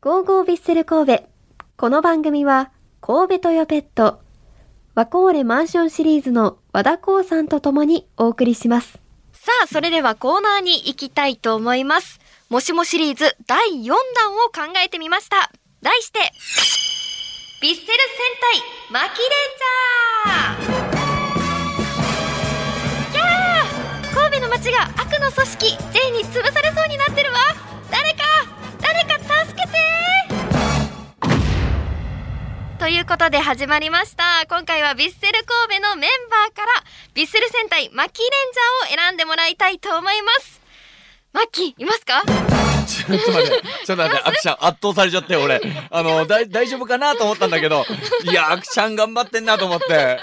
ゴーゴービッセル神戸。この番組は、神戸トヨペット、和光レマンションシリーズの和田光さんと共にお送りします。さあ、それではコーナーに行きたいと思います。もしもシリーズ第4弾を考えてみました。題して、ヴィッセル戦隊マキレンジャーキャー神戸の街が悪の組織 J に潰されそうになってるわ誰か誰か助けてということで始まりました今回はヴィッセル神戸のメンバーからヴィッセル戦隊マキレンジャーを選んでもらいたいと思いますマッキーいますかちょっと待って、ちょっと待って、アクシャン圧倒されちゃって、俺。あの、だい大丈夫かなと思ったんだけど、いや、アクシャン頑張ってんなと思って。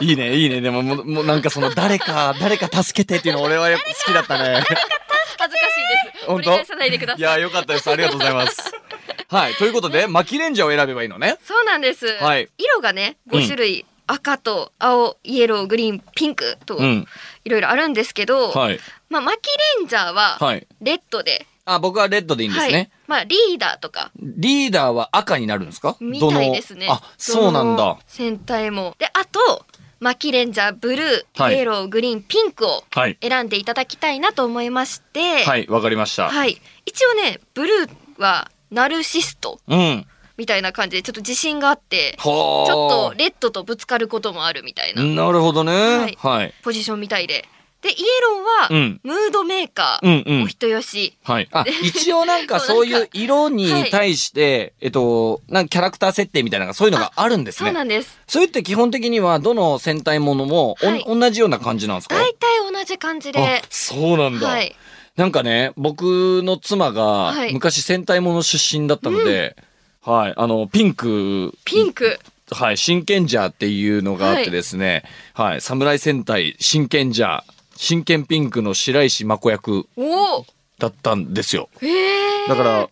いいね、いいね。でも、もう、もうなんかその、誰か、誰か助けてっていうの俺はやっぱ好きだったね。恥ずかしいです本折当り返さないでくだいさいや、よかったです。ありがとうございます。はい。ということで、マキレンジャーを選べばいいのね。そうなんです、はい色がねうん5種類、赤と青イエローグリーンピンクとうん。いろいろあるんですけど、はい。まあ、マキレンジャーははい。レッドで、あ、僕はレッドでいいんですはね。いまあ、リーダーとかリーダーは赤になるんですかみたいですねどのあ、そうなんどだの。戦隊もであとマキレンジャーブルー、はいイエローグリーンピンクをはい。選んでいただきたいなと思いまして、はい、わかりました。はい、一応ねブルーはナルシストうん。みたいな感じでちょっと自信があってちほーょっとレッドとぶつかることもあるみたいななるほどね。はいはいポジションみたいででイエうローはんムードメーカうんうーおん。人よし、はい。あ、一応なんかそういう色に対して、えっと、なんかキャラクター設定みたいなのがそういうのがあるんですそうね。なんですそれって基本的にはどの戦隊ものもおん、はい同じような感じなんですか大体同じ感じあで、そうなんだ。はい、なんかね、僕の妻がはい昔戦隊もの出身だったので、はい、あの、ピンク、ピンクはい、真剣ジャーっていうのがあってですね、はい、侍戦隊真剣ジャー、真剣ピンクの白石真子役おおだったんですよ。えー、だから、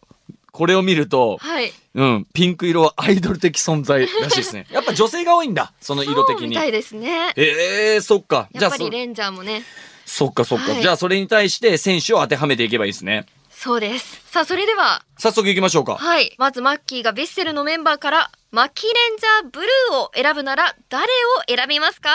これを見ると、はいうん、ピンク色はアイドル的存在らし いですね。やっぱ女性が多いんだ、その色的そうにみた。いですねええー、そっか。じやゃっぱありそ、レンジャーもねそっかそっか。はいじゃあそれに対して選手を当てはめていけばいいですね。そうですさあそれでは早速行きましょうか。はい。まずマッキーがヴィッセルのメンバーから、マキレンジャーブルーを選ぶなら、誰を選びますか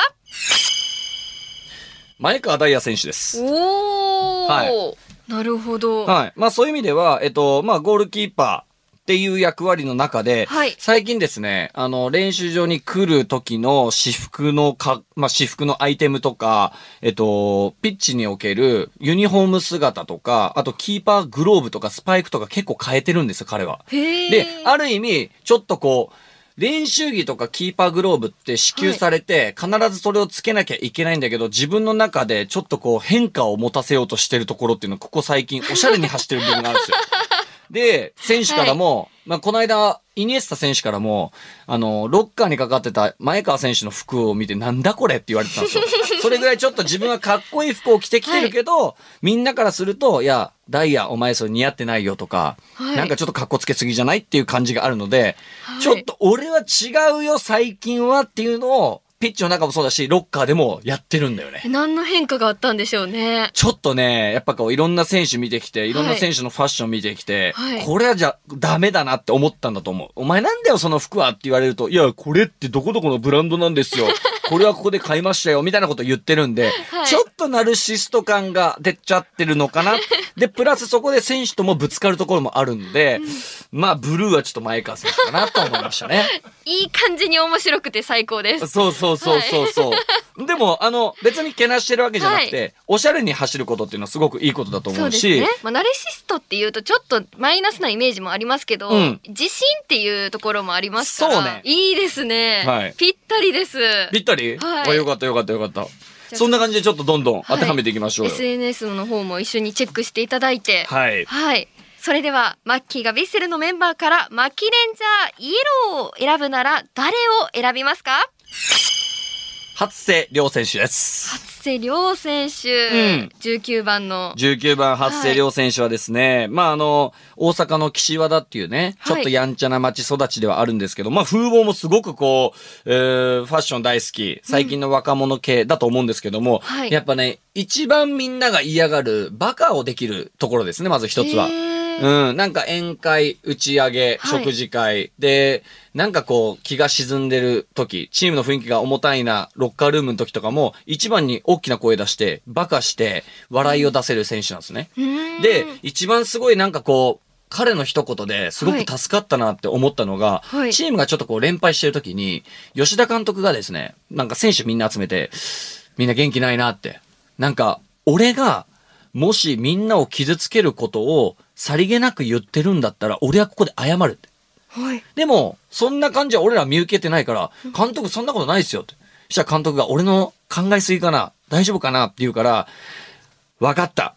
前川ダイヤ選手です。おー、はなるほど。はい。まあそういう意味では、えっと、まあゴールキーパー。っていう役割の中で、はい最近ですね、あの、練習場に来る時の私服のか、まあ、私服のアイテムとか、えっと、ピッチにおけるユニフォーム姿とか、あとキーパーグローブとかスパイクとか結構変えてるんですよ、彼は。へー。で、ある意味、ちょっとこう、練習着とかキーパーグローブって支給されて、必ずそれをつけなきゃいけないんだけど、自分の中でちょっとこう変化を持たせようとしてるところっていうのは、ここ最近おしゃれに走ってる部分がある んですよ。で、選手からも、まあ、この間、イニエスタ選手からも、あの、ロッカーにかかってた前川選手の服を見て、なんだこれって言われてたん ですよ。それぐらいちょっと自分はかっこいい服を着てきてるけど、みんなからすると、いや、ダイヤ、お前それ似合ってないよとか、はいなんかちょっとかっこつけすぎじゃないっていう感じがあるので、はいちょっと俺は違うよ、最近はっていうのを、ピッチの中もそうだし、ロッカーでもやってるんだよね。何の変化があったんでしょうね。ちょっとね、やっぱこういろんな選手見てきて、いろんな選手のファッション見てきて、はいこれはじゃダメだなって思ったんだと思う。お前なんだよその服はって言われると、いや、これってどこどこのブランドなんですよ。 これはここで買いましたよ、みたいなこと言ってるんで、はいちょっとナルシスト感が出ちゃってるの かな。で、プラスそこで選手ともぶつかるところもあるんで、まあ、ブルーはちょっと前川選手かなと思いましたね。いい感じに面白くて最高です。そうそうそうそうそう。でも、あの、別にけなしてるわけじゃなくて、はおしゃれに走ることっていうのはすごくいいことだとそ思ううですし、ね。まあ、ナルシストっていうとちょっとマイナスなイメージもありますけど、うん自信っていうところもありますから、そうねいいですね、はいぴったりです。ぴったり、はいあよかったよかったよかったあそんな感じでちょっとどんどん当てはめていきましょうよ SNS の方も一緒にチェックしていただいて、はい、はい。それでは、マッキーがヴィッセルのメンバーから、マキレンジャーイエローを選ぶなら、誰を選びますか初瀬亮選手です瀬亮選手、うん19番の。 19番初瀬亮選手はですね、まああの大阪の岸和田っていうねはいちょっとやんちゃな町育ちではあるんですけど、まあ風貌もすごくこう、えーファッション大好き最近の若者系だと思うんですけども、はいやっぱね一番みんなが嫌がるバカをできるところですねまず一つは。えーうん、なんか宴会、打ち上げ、はい食事会、で、なんかこう、気が沈んでる時、チームの雰囲気が重たいな、ロッカールームの時とかも、一番に大きな声出して、バカして、笑いを出せる選手なんですね。うんで、一番すごいなんかこう、彼の一言ですごく助かったなって思ったのが、はいチームがちょっとこう連敗してる時に、吉田監督がですね、なんか選手みんな集めて、みんな元気ないなって。なんか、俺が、もしみんなを傷つけることをさりげなく言ってるんだったら、俺はここで謝るって。はい。でも、そんな感じは俺ら見受けてないから、監督そんなことないですよって。そしたら監督が俺の考えすぎかな大丈夫かなって言うから、わかった。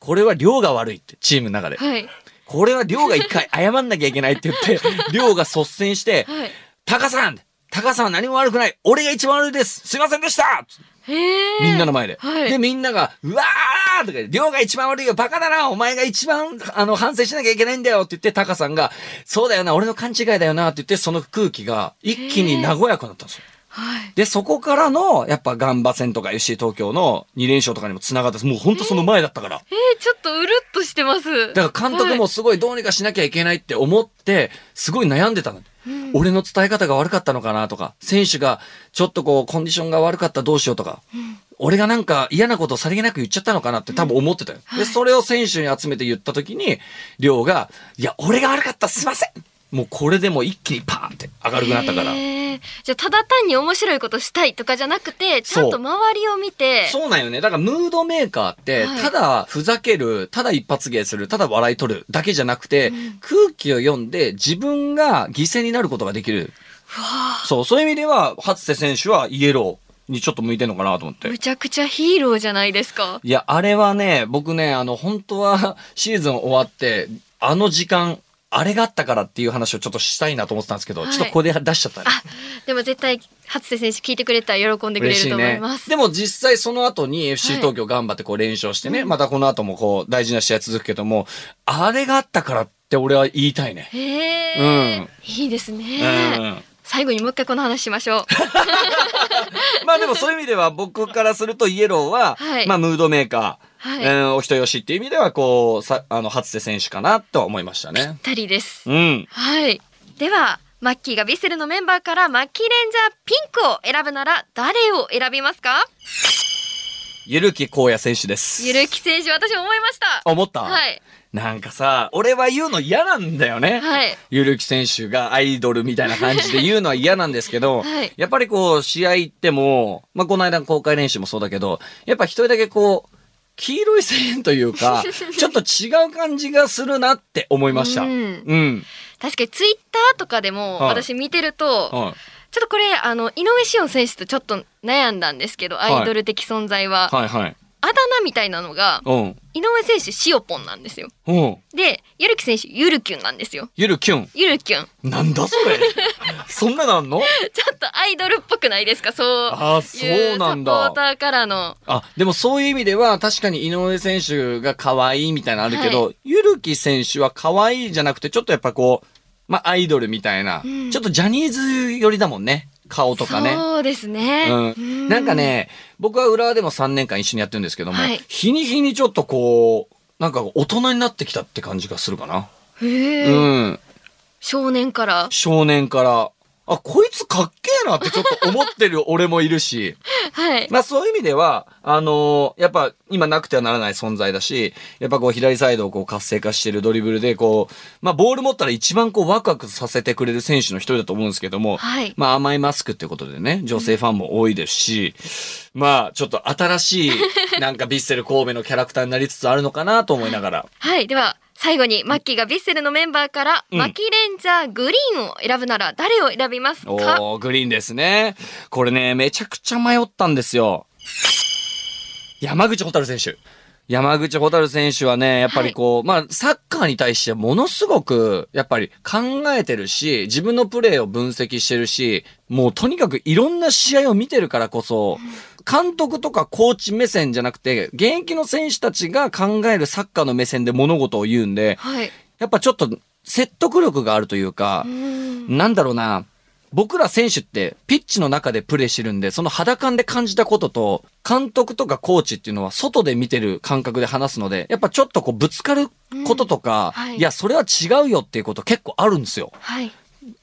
これは量が悪いって、チームの中で。はい。これは量が一回謝んなきゃいけないって言って、 量が率先して、はい。タカさんタカさんは何も悪くない俺が一番悪いですすいませんでしたへえ。みんなの前で。はいで、みんなが、うわーとか言って、量が一番悪いよ、バカだな、お前が一番、あの、反省しなきゃいけないんだよって言って、タカさんが、そうだよな、俺の勘違いだよな、って言って、その空気が一気に和やかになったんですよ。はい。で、そこからの、やっぱ、ガンバ戦とか FC 東京の2連勝とかにも繋がったんですもうほんとその前だったから。えー、ちょっとうるっとしてます。だから監督もすごいどうにかしなきゃいけないって思って、すごい悩んでたの。俺の伝え方が悪かったのかなとか、選手がちょっとこうコンディションが悪かったらどうしようとか、俺がなんか嫌なことをさりげなく言っちゃったのかなって多分思ってたよ。で、それを選手に集めて言った時に、りょうが、いや、俺が悪かったすいませんもうこれでもう一気にパーンって明るくなったから。へーじゃあただ単に面白いことしたいとかじゃなくてちゃんとそう周りを見てそうなんよね。だからムードメーカーって、はいただふざける、ただ一発芸する、ただ笑い取るだけじゃなくて、空気を読んで自分が犠牲になることができる。そう、そういう意味では、初瀬選手はイエローにちょっと向いてんのかなと思って。むちゃくちゃヒーローじゃないですかいや、あれはね、僕ね、あの、本当は シーズン終わって、あの時間、あれがあったからっていう話をちょっとしたいなと思ってたんですけど、はいちょっとここで出しちゃったね。でも絶対初瀬選手聞いてくれたら喜んでくれると嬉しい思ねいます、でも実際その後に FC はい東京頑張ってこう連勝してね、またこの後もこう大事な試合続くけども、あれがあったからって俺は言いたいね。へえ、うんいいですね、うん最後にもう一回この話しまし ょうまあでもそういう意味では僕からするとイエローは、はいまあムードメーカー、はいうんお人よしっていう意味ではこう、さあの、初瀬選手かなとは思いましたね。二人ですうん。はいではマッキーがヴィッセルのメンバーからマッキーレンジャーピンクを選ぶなら誰を選びますかゆるきこうや選手です。ゆるき選手私も思いました思った、はいなんかさ、俺は言うの嫌なんだよね。はいゆるき選手がアイドルみたいな感じで言うのは嫌なんですけど、 はいやっぱりこう、試合行っても、まあ、この間の公開練習もそうだけど、やっぱ一人だけこう、黄色い声援という か、ちょっと違う感じがするなって思いました。ううんん。確かにツイッターとかでもはい私見てると、はいちょっとこれあの井上志音選手とちょっと悩んだんですけどはいアイドル的存在は、はいはい。あだ名みたいなのがうん。井上選手シオポンなんですようん。でゆるき選手ゆるきゅんなんですよゆるきゅん。ゆる きゅんなんだそれそんなな んのちょっとアイドルっぽくないですかそうあーいそうサうポなんーだターからのあ、でもそういう意味では確かに井上選手が可愛いみたいなのあるけど、ゆるき選手は可愛いじゃなくて、ちょっとやっぱこう、まあアイドルみたいな、んちょっとジャニーズ寄りだもんね。顔とかね。そうですね、うん、なんかね、僕は浦和でも3年間一緒にやってるんですけども、はい日に日にちょっとこう、なんか大人になってきたって感じがするかな。へえ、うん。少年から少年から、あ、こいつかっけえなってちょっと思ってる俺もいるし。はいまあそういう意味では、あのーやっぱ今なくてはならない存在だし、やっぱこう左サイドをこう活性化してるドリブルでこう、まあボール持ったら一番こうワクワクさせてくれる選手の一人だと思うんですけども、はいまあ甘いマスクってことでね、女性ファンも多いですし、まあちょっと新しいなんかヴィッセル神戸のキャラクターになりつつあるのかなと思いながら、はいでは最後にマッキーがヴィッセルのメンバーから、うんマキレンジャーグリーンを選ぶなら誰を選びますかおー、グリーンですね。これね、めちゃくちゃ迷ったんですよ。山口蛍選手。山口蛍選手はね、やっぱりこう、まあ、サッカーに対してものすごく、やっぱり考えてるし、自分のプレーを分析してるし、もうとにかくいろんな試合を見てるからこそ、監督とかコーチ目線じゃなくて、現役の選手たちが考えるサッカーの目線で物事を言うんで、はいやっぱちょっと説得力があるというか、うんなんだろうな、僕ら選手って、ピッチの中でプレーしてるんで、その肌感で感じたことと、監督とかコーチっていうのは、外で見てる感覚で話すので、やっぱちょっとこう、ぶつかることとか、うんはいいや、それは違うよっていうこと結構あるんですよ。はい。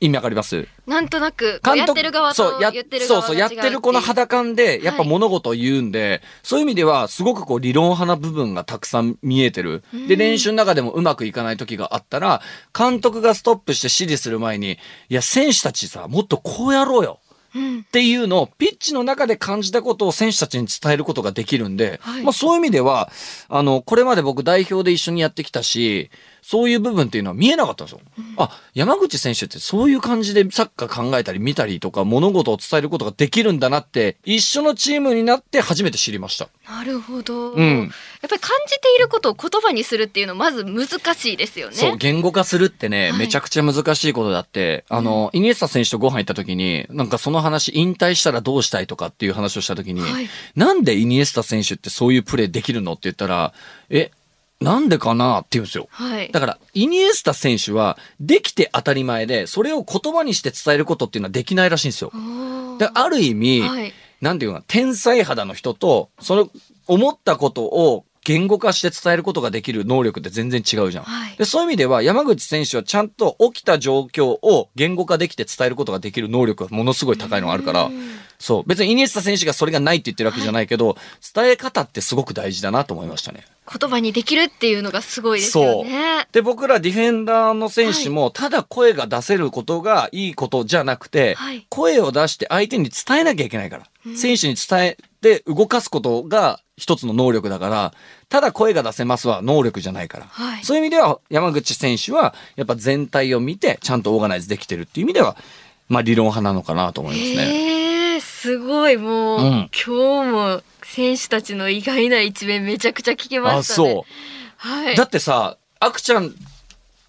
意味わかりますなんとなく、こうやってる側と言ってる側が違うそうそう、やってるこの肌感で、やっぱはい物事を言うんで、そういう意味では、すごくこう、理論派な部分がたくさん見えてるうん。で、練習の中でもうまくいかない時があったら、監督がストップして指示する前に、いや、選手たちさ、もっとこうやろうよ。うんっていうのをピッチの中で感じたことを選手たちに伝えることができるんで、はいまあそういう意味では、あの、これまで僕代表で一緒にやってきたし、そういう部分っていうのは見えなかったんですよ。あ、山口選手ってそういう感じでサッカー考えたり見たりとか物事を伝えることができるんだなって、一緒のチームになって初めて知りました。なるほど、うんやっぱり感じていることを言葉にするっていうのはまず難しいですよね。そう、言語化するってね、はいめちゃくちゃ難しいことだって、あの、イニエスタ選手とご飯行った時に、なんかその話、引退したらどうしたいとかっていう話をした時に、はいなんでイニエスタ選手ってそういうプレーできるのって言ったら、え、なんでかなって言うんですよ。はい。だから、イニエスタ選手は、できて当たり前で、それを言葉にして伝えることっていうのはできないらしいんですよお。ーだからある意味、はい。なんていうかな、天才肌の人と、その、思ったことを言語化して伝えることができる能力って全然違うじゃん。はいでそういう意味では、山口選手はちゃんと起きた状況を言語化できて伝えることができる能力がものすごい高いのがあるからうん、そう。別にイニエスタ選手がそれがないって言ってるわけじゃないけど、伝え方ってすごく大事だなと思いましたね。言葉にできるっていうのがすごいですよね。で、僕らディフェンダーの選手も、ただ声が出せることがいいことじゃなくて、はい声を出して相手に伝えなきゃいけないから、うん選手に伝えて動かすことが一つの能力だから、ただ声が出せますは能力じゃないから。はい。そういう意味では、山口選手は、やっぱ全体を見て、ちゃんとオーガナイズできてるっていう意味では、まあ理論派なのかなと思いますね。えー、すごいもう、うん今日も選手たちの意外な一面めちゃくちゃ聞けましたね。あ、そう。はい。だってさ、アクちゃん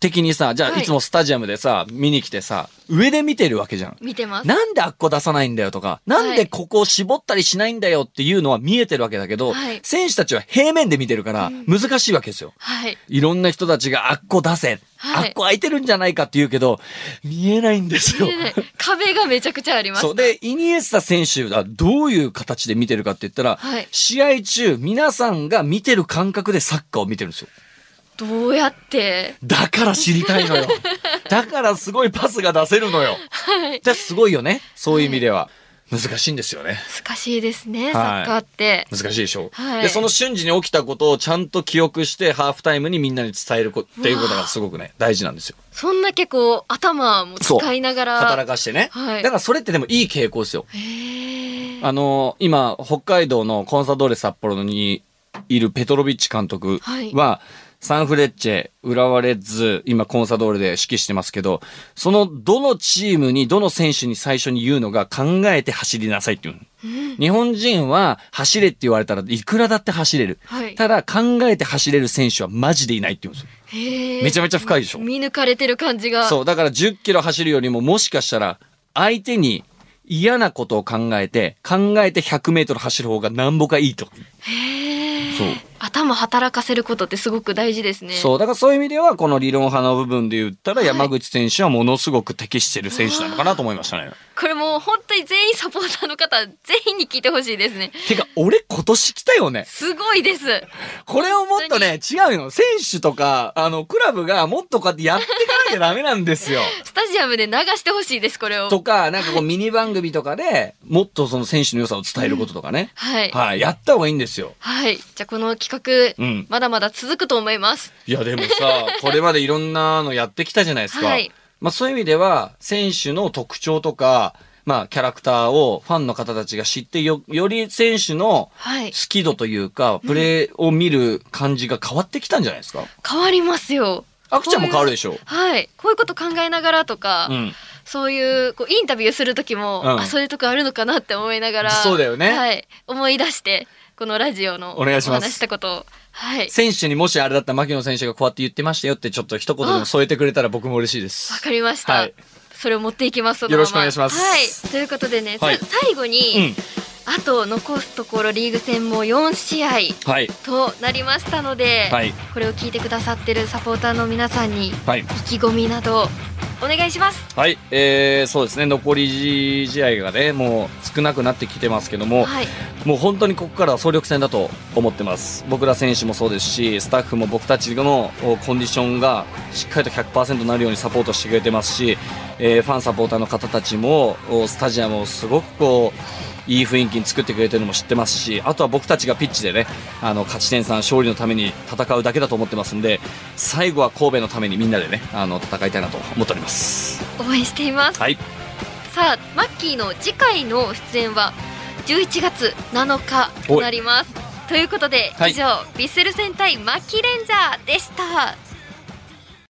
的にさ、じゃはあいいつもスタジアムでさ、見に来てさ、上で見てるわけじゃん。見てます。なんであっこ出さないんだよとか、なんでここを絞ったりしないんだよっていうのは見えてるわけだけど、はい選手たちは平面で見てるから難しいわけですよ。はい。いろんな人たちがあっこ出せ、はいあっこ空いてるんじゃないかって言うけど、見えないんですよ見。れない壁がめちゃくちゃあります。そう。で、イニエスタ選手がどういう形で見てるかって言ったら、はい試合中皆さんが見てる感覚でサッカーを見てるんですよ。どうやって。だから知りたいの よ。だからすごいパスが出せるのよ。はい。だすごいよね。そういう意味では。難しいんですよね。難しいですね、いサッカーって。難しいでしょ、はいで、その瞬時に起きたことをちゃんと記憶して、ハーフタイムにみんなに伝えるこっていうことがすごくね、大事なんですよ。そんだけこう頭も使いながら働かしてね。はいだからそれってでもいい傾向ですよ。へーあの今北海道のコンサドーレ札幌にいるペトロビッチ監督は、はいサンフレッチェ浦和レッズ今コンサドーレで指揮してますけどそのどのチームにどの選手に最初に言うのが考えて走りなさいっていうの、日本人は走れって言われたらいくらだって走れる、はいただ考えて走れる選手はマジでいないって言うんですよへーめちゃめちゃ深いでしょ見抜かれてる感じがそう、だから10キロ走るよりももしかしたら、相手に嫌なことを考えて、考えて100メートル走る方がなんぼかいいと。へーそう頭働かせることってすごく大事ですねそう、だからそういう意味では、この理論派の部分で言ったら、はい山口選手はものすごく適してる選手なのかなと思いまし たね。これもう本当に全員サポーターの方全員に聞いてほしいですねてか、俺今年来たよね。すごいですこれをもっとね、違うよ。選手とか、あの、クラブがもっとこうやってやっていかなきゃダメなんですよ。スタジアムで流してほしいですこれをとか、なんかこうミニ番組と かで、もっとその選手の良さを伝えることとかね。はいはい、はい、やった方がいいんですよ。じゃあこの企画、うんまだまだ続くと思いますいやでもさ、 これまでいろんなのやってきたじゃないですか。はいまあそういう意味では、選手の特徴とか、まあキャラクターをファンの方たちが知ってよ、より選手のはい好き度というか、プレーを見る感じが変わってきたんじゃないですか。変わりますよあくちゃんも変わるでししょ。はいこういうこと考えながらとか、うん。そういうこうインタビューする時も、うんあそういうとこあるのかなって思いながらそうだよねはい、思い出してこのラジオのお願いします話したことをはい選手にもしあれだったら牧野選手がこうやって言ってましたよってちょっと一言でも添えてくれたら僕も嬉しいでわす。かりました、はいそれを持っていきますそのままよろしくお願いしますはい、ということでね、さはい最後に、うあと残すところリーグ戦も4試合ん。はい。となりましたので、はいこれを聞いてくださってるサポーターの皆さんにはい。意気込みなどお願いします。はい、えー、そうですね、残り試合がね、もう少なくなってきてますけども、はい。もう本当にここからは総力戦だと思ってます。僕ら選手もそうですし、スタッフも僕たちのおコンディションがしっかりと100%になるようにサポートしてくれてますし、えーファンサポーターの方たちも、おスタジアムをすごくこう、いい雰囲気に作ってくれてるのも知ってますし、あとは僕たちがピッチでね、あの、勝ち点3勝利のために戦うだけだと思ってますんで、最後は神戸のためにみんなでね、あの、戦いたいなと思っております。応援しています。はい。さあ、マッキーの次回の出演は11月7日となります。ということで、はい以上、ヴィッセル戦対マッキーレンジャーでした。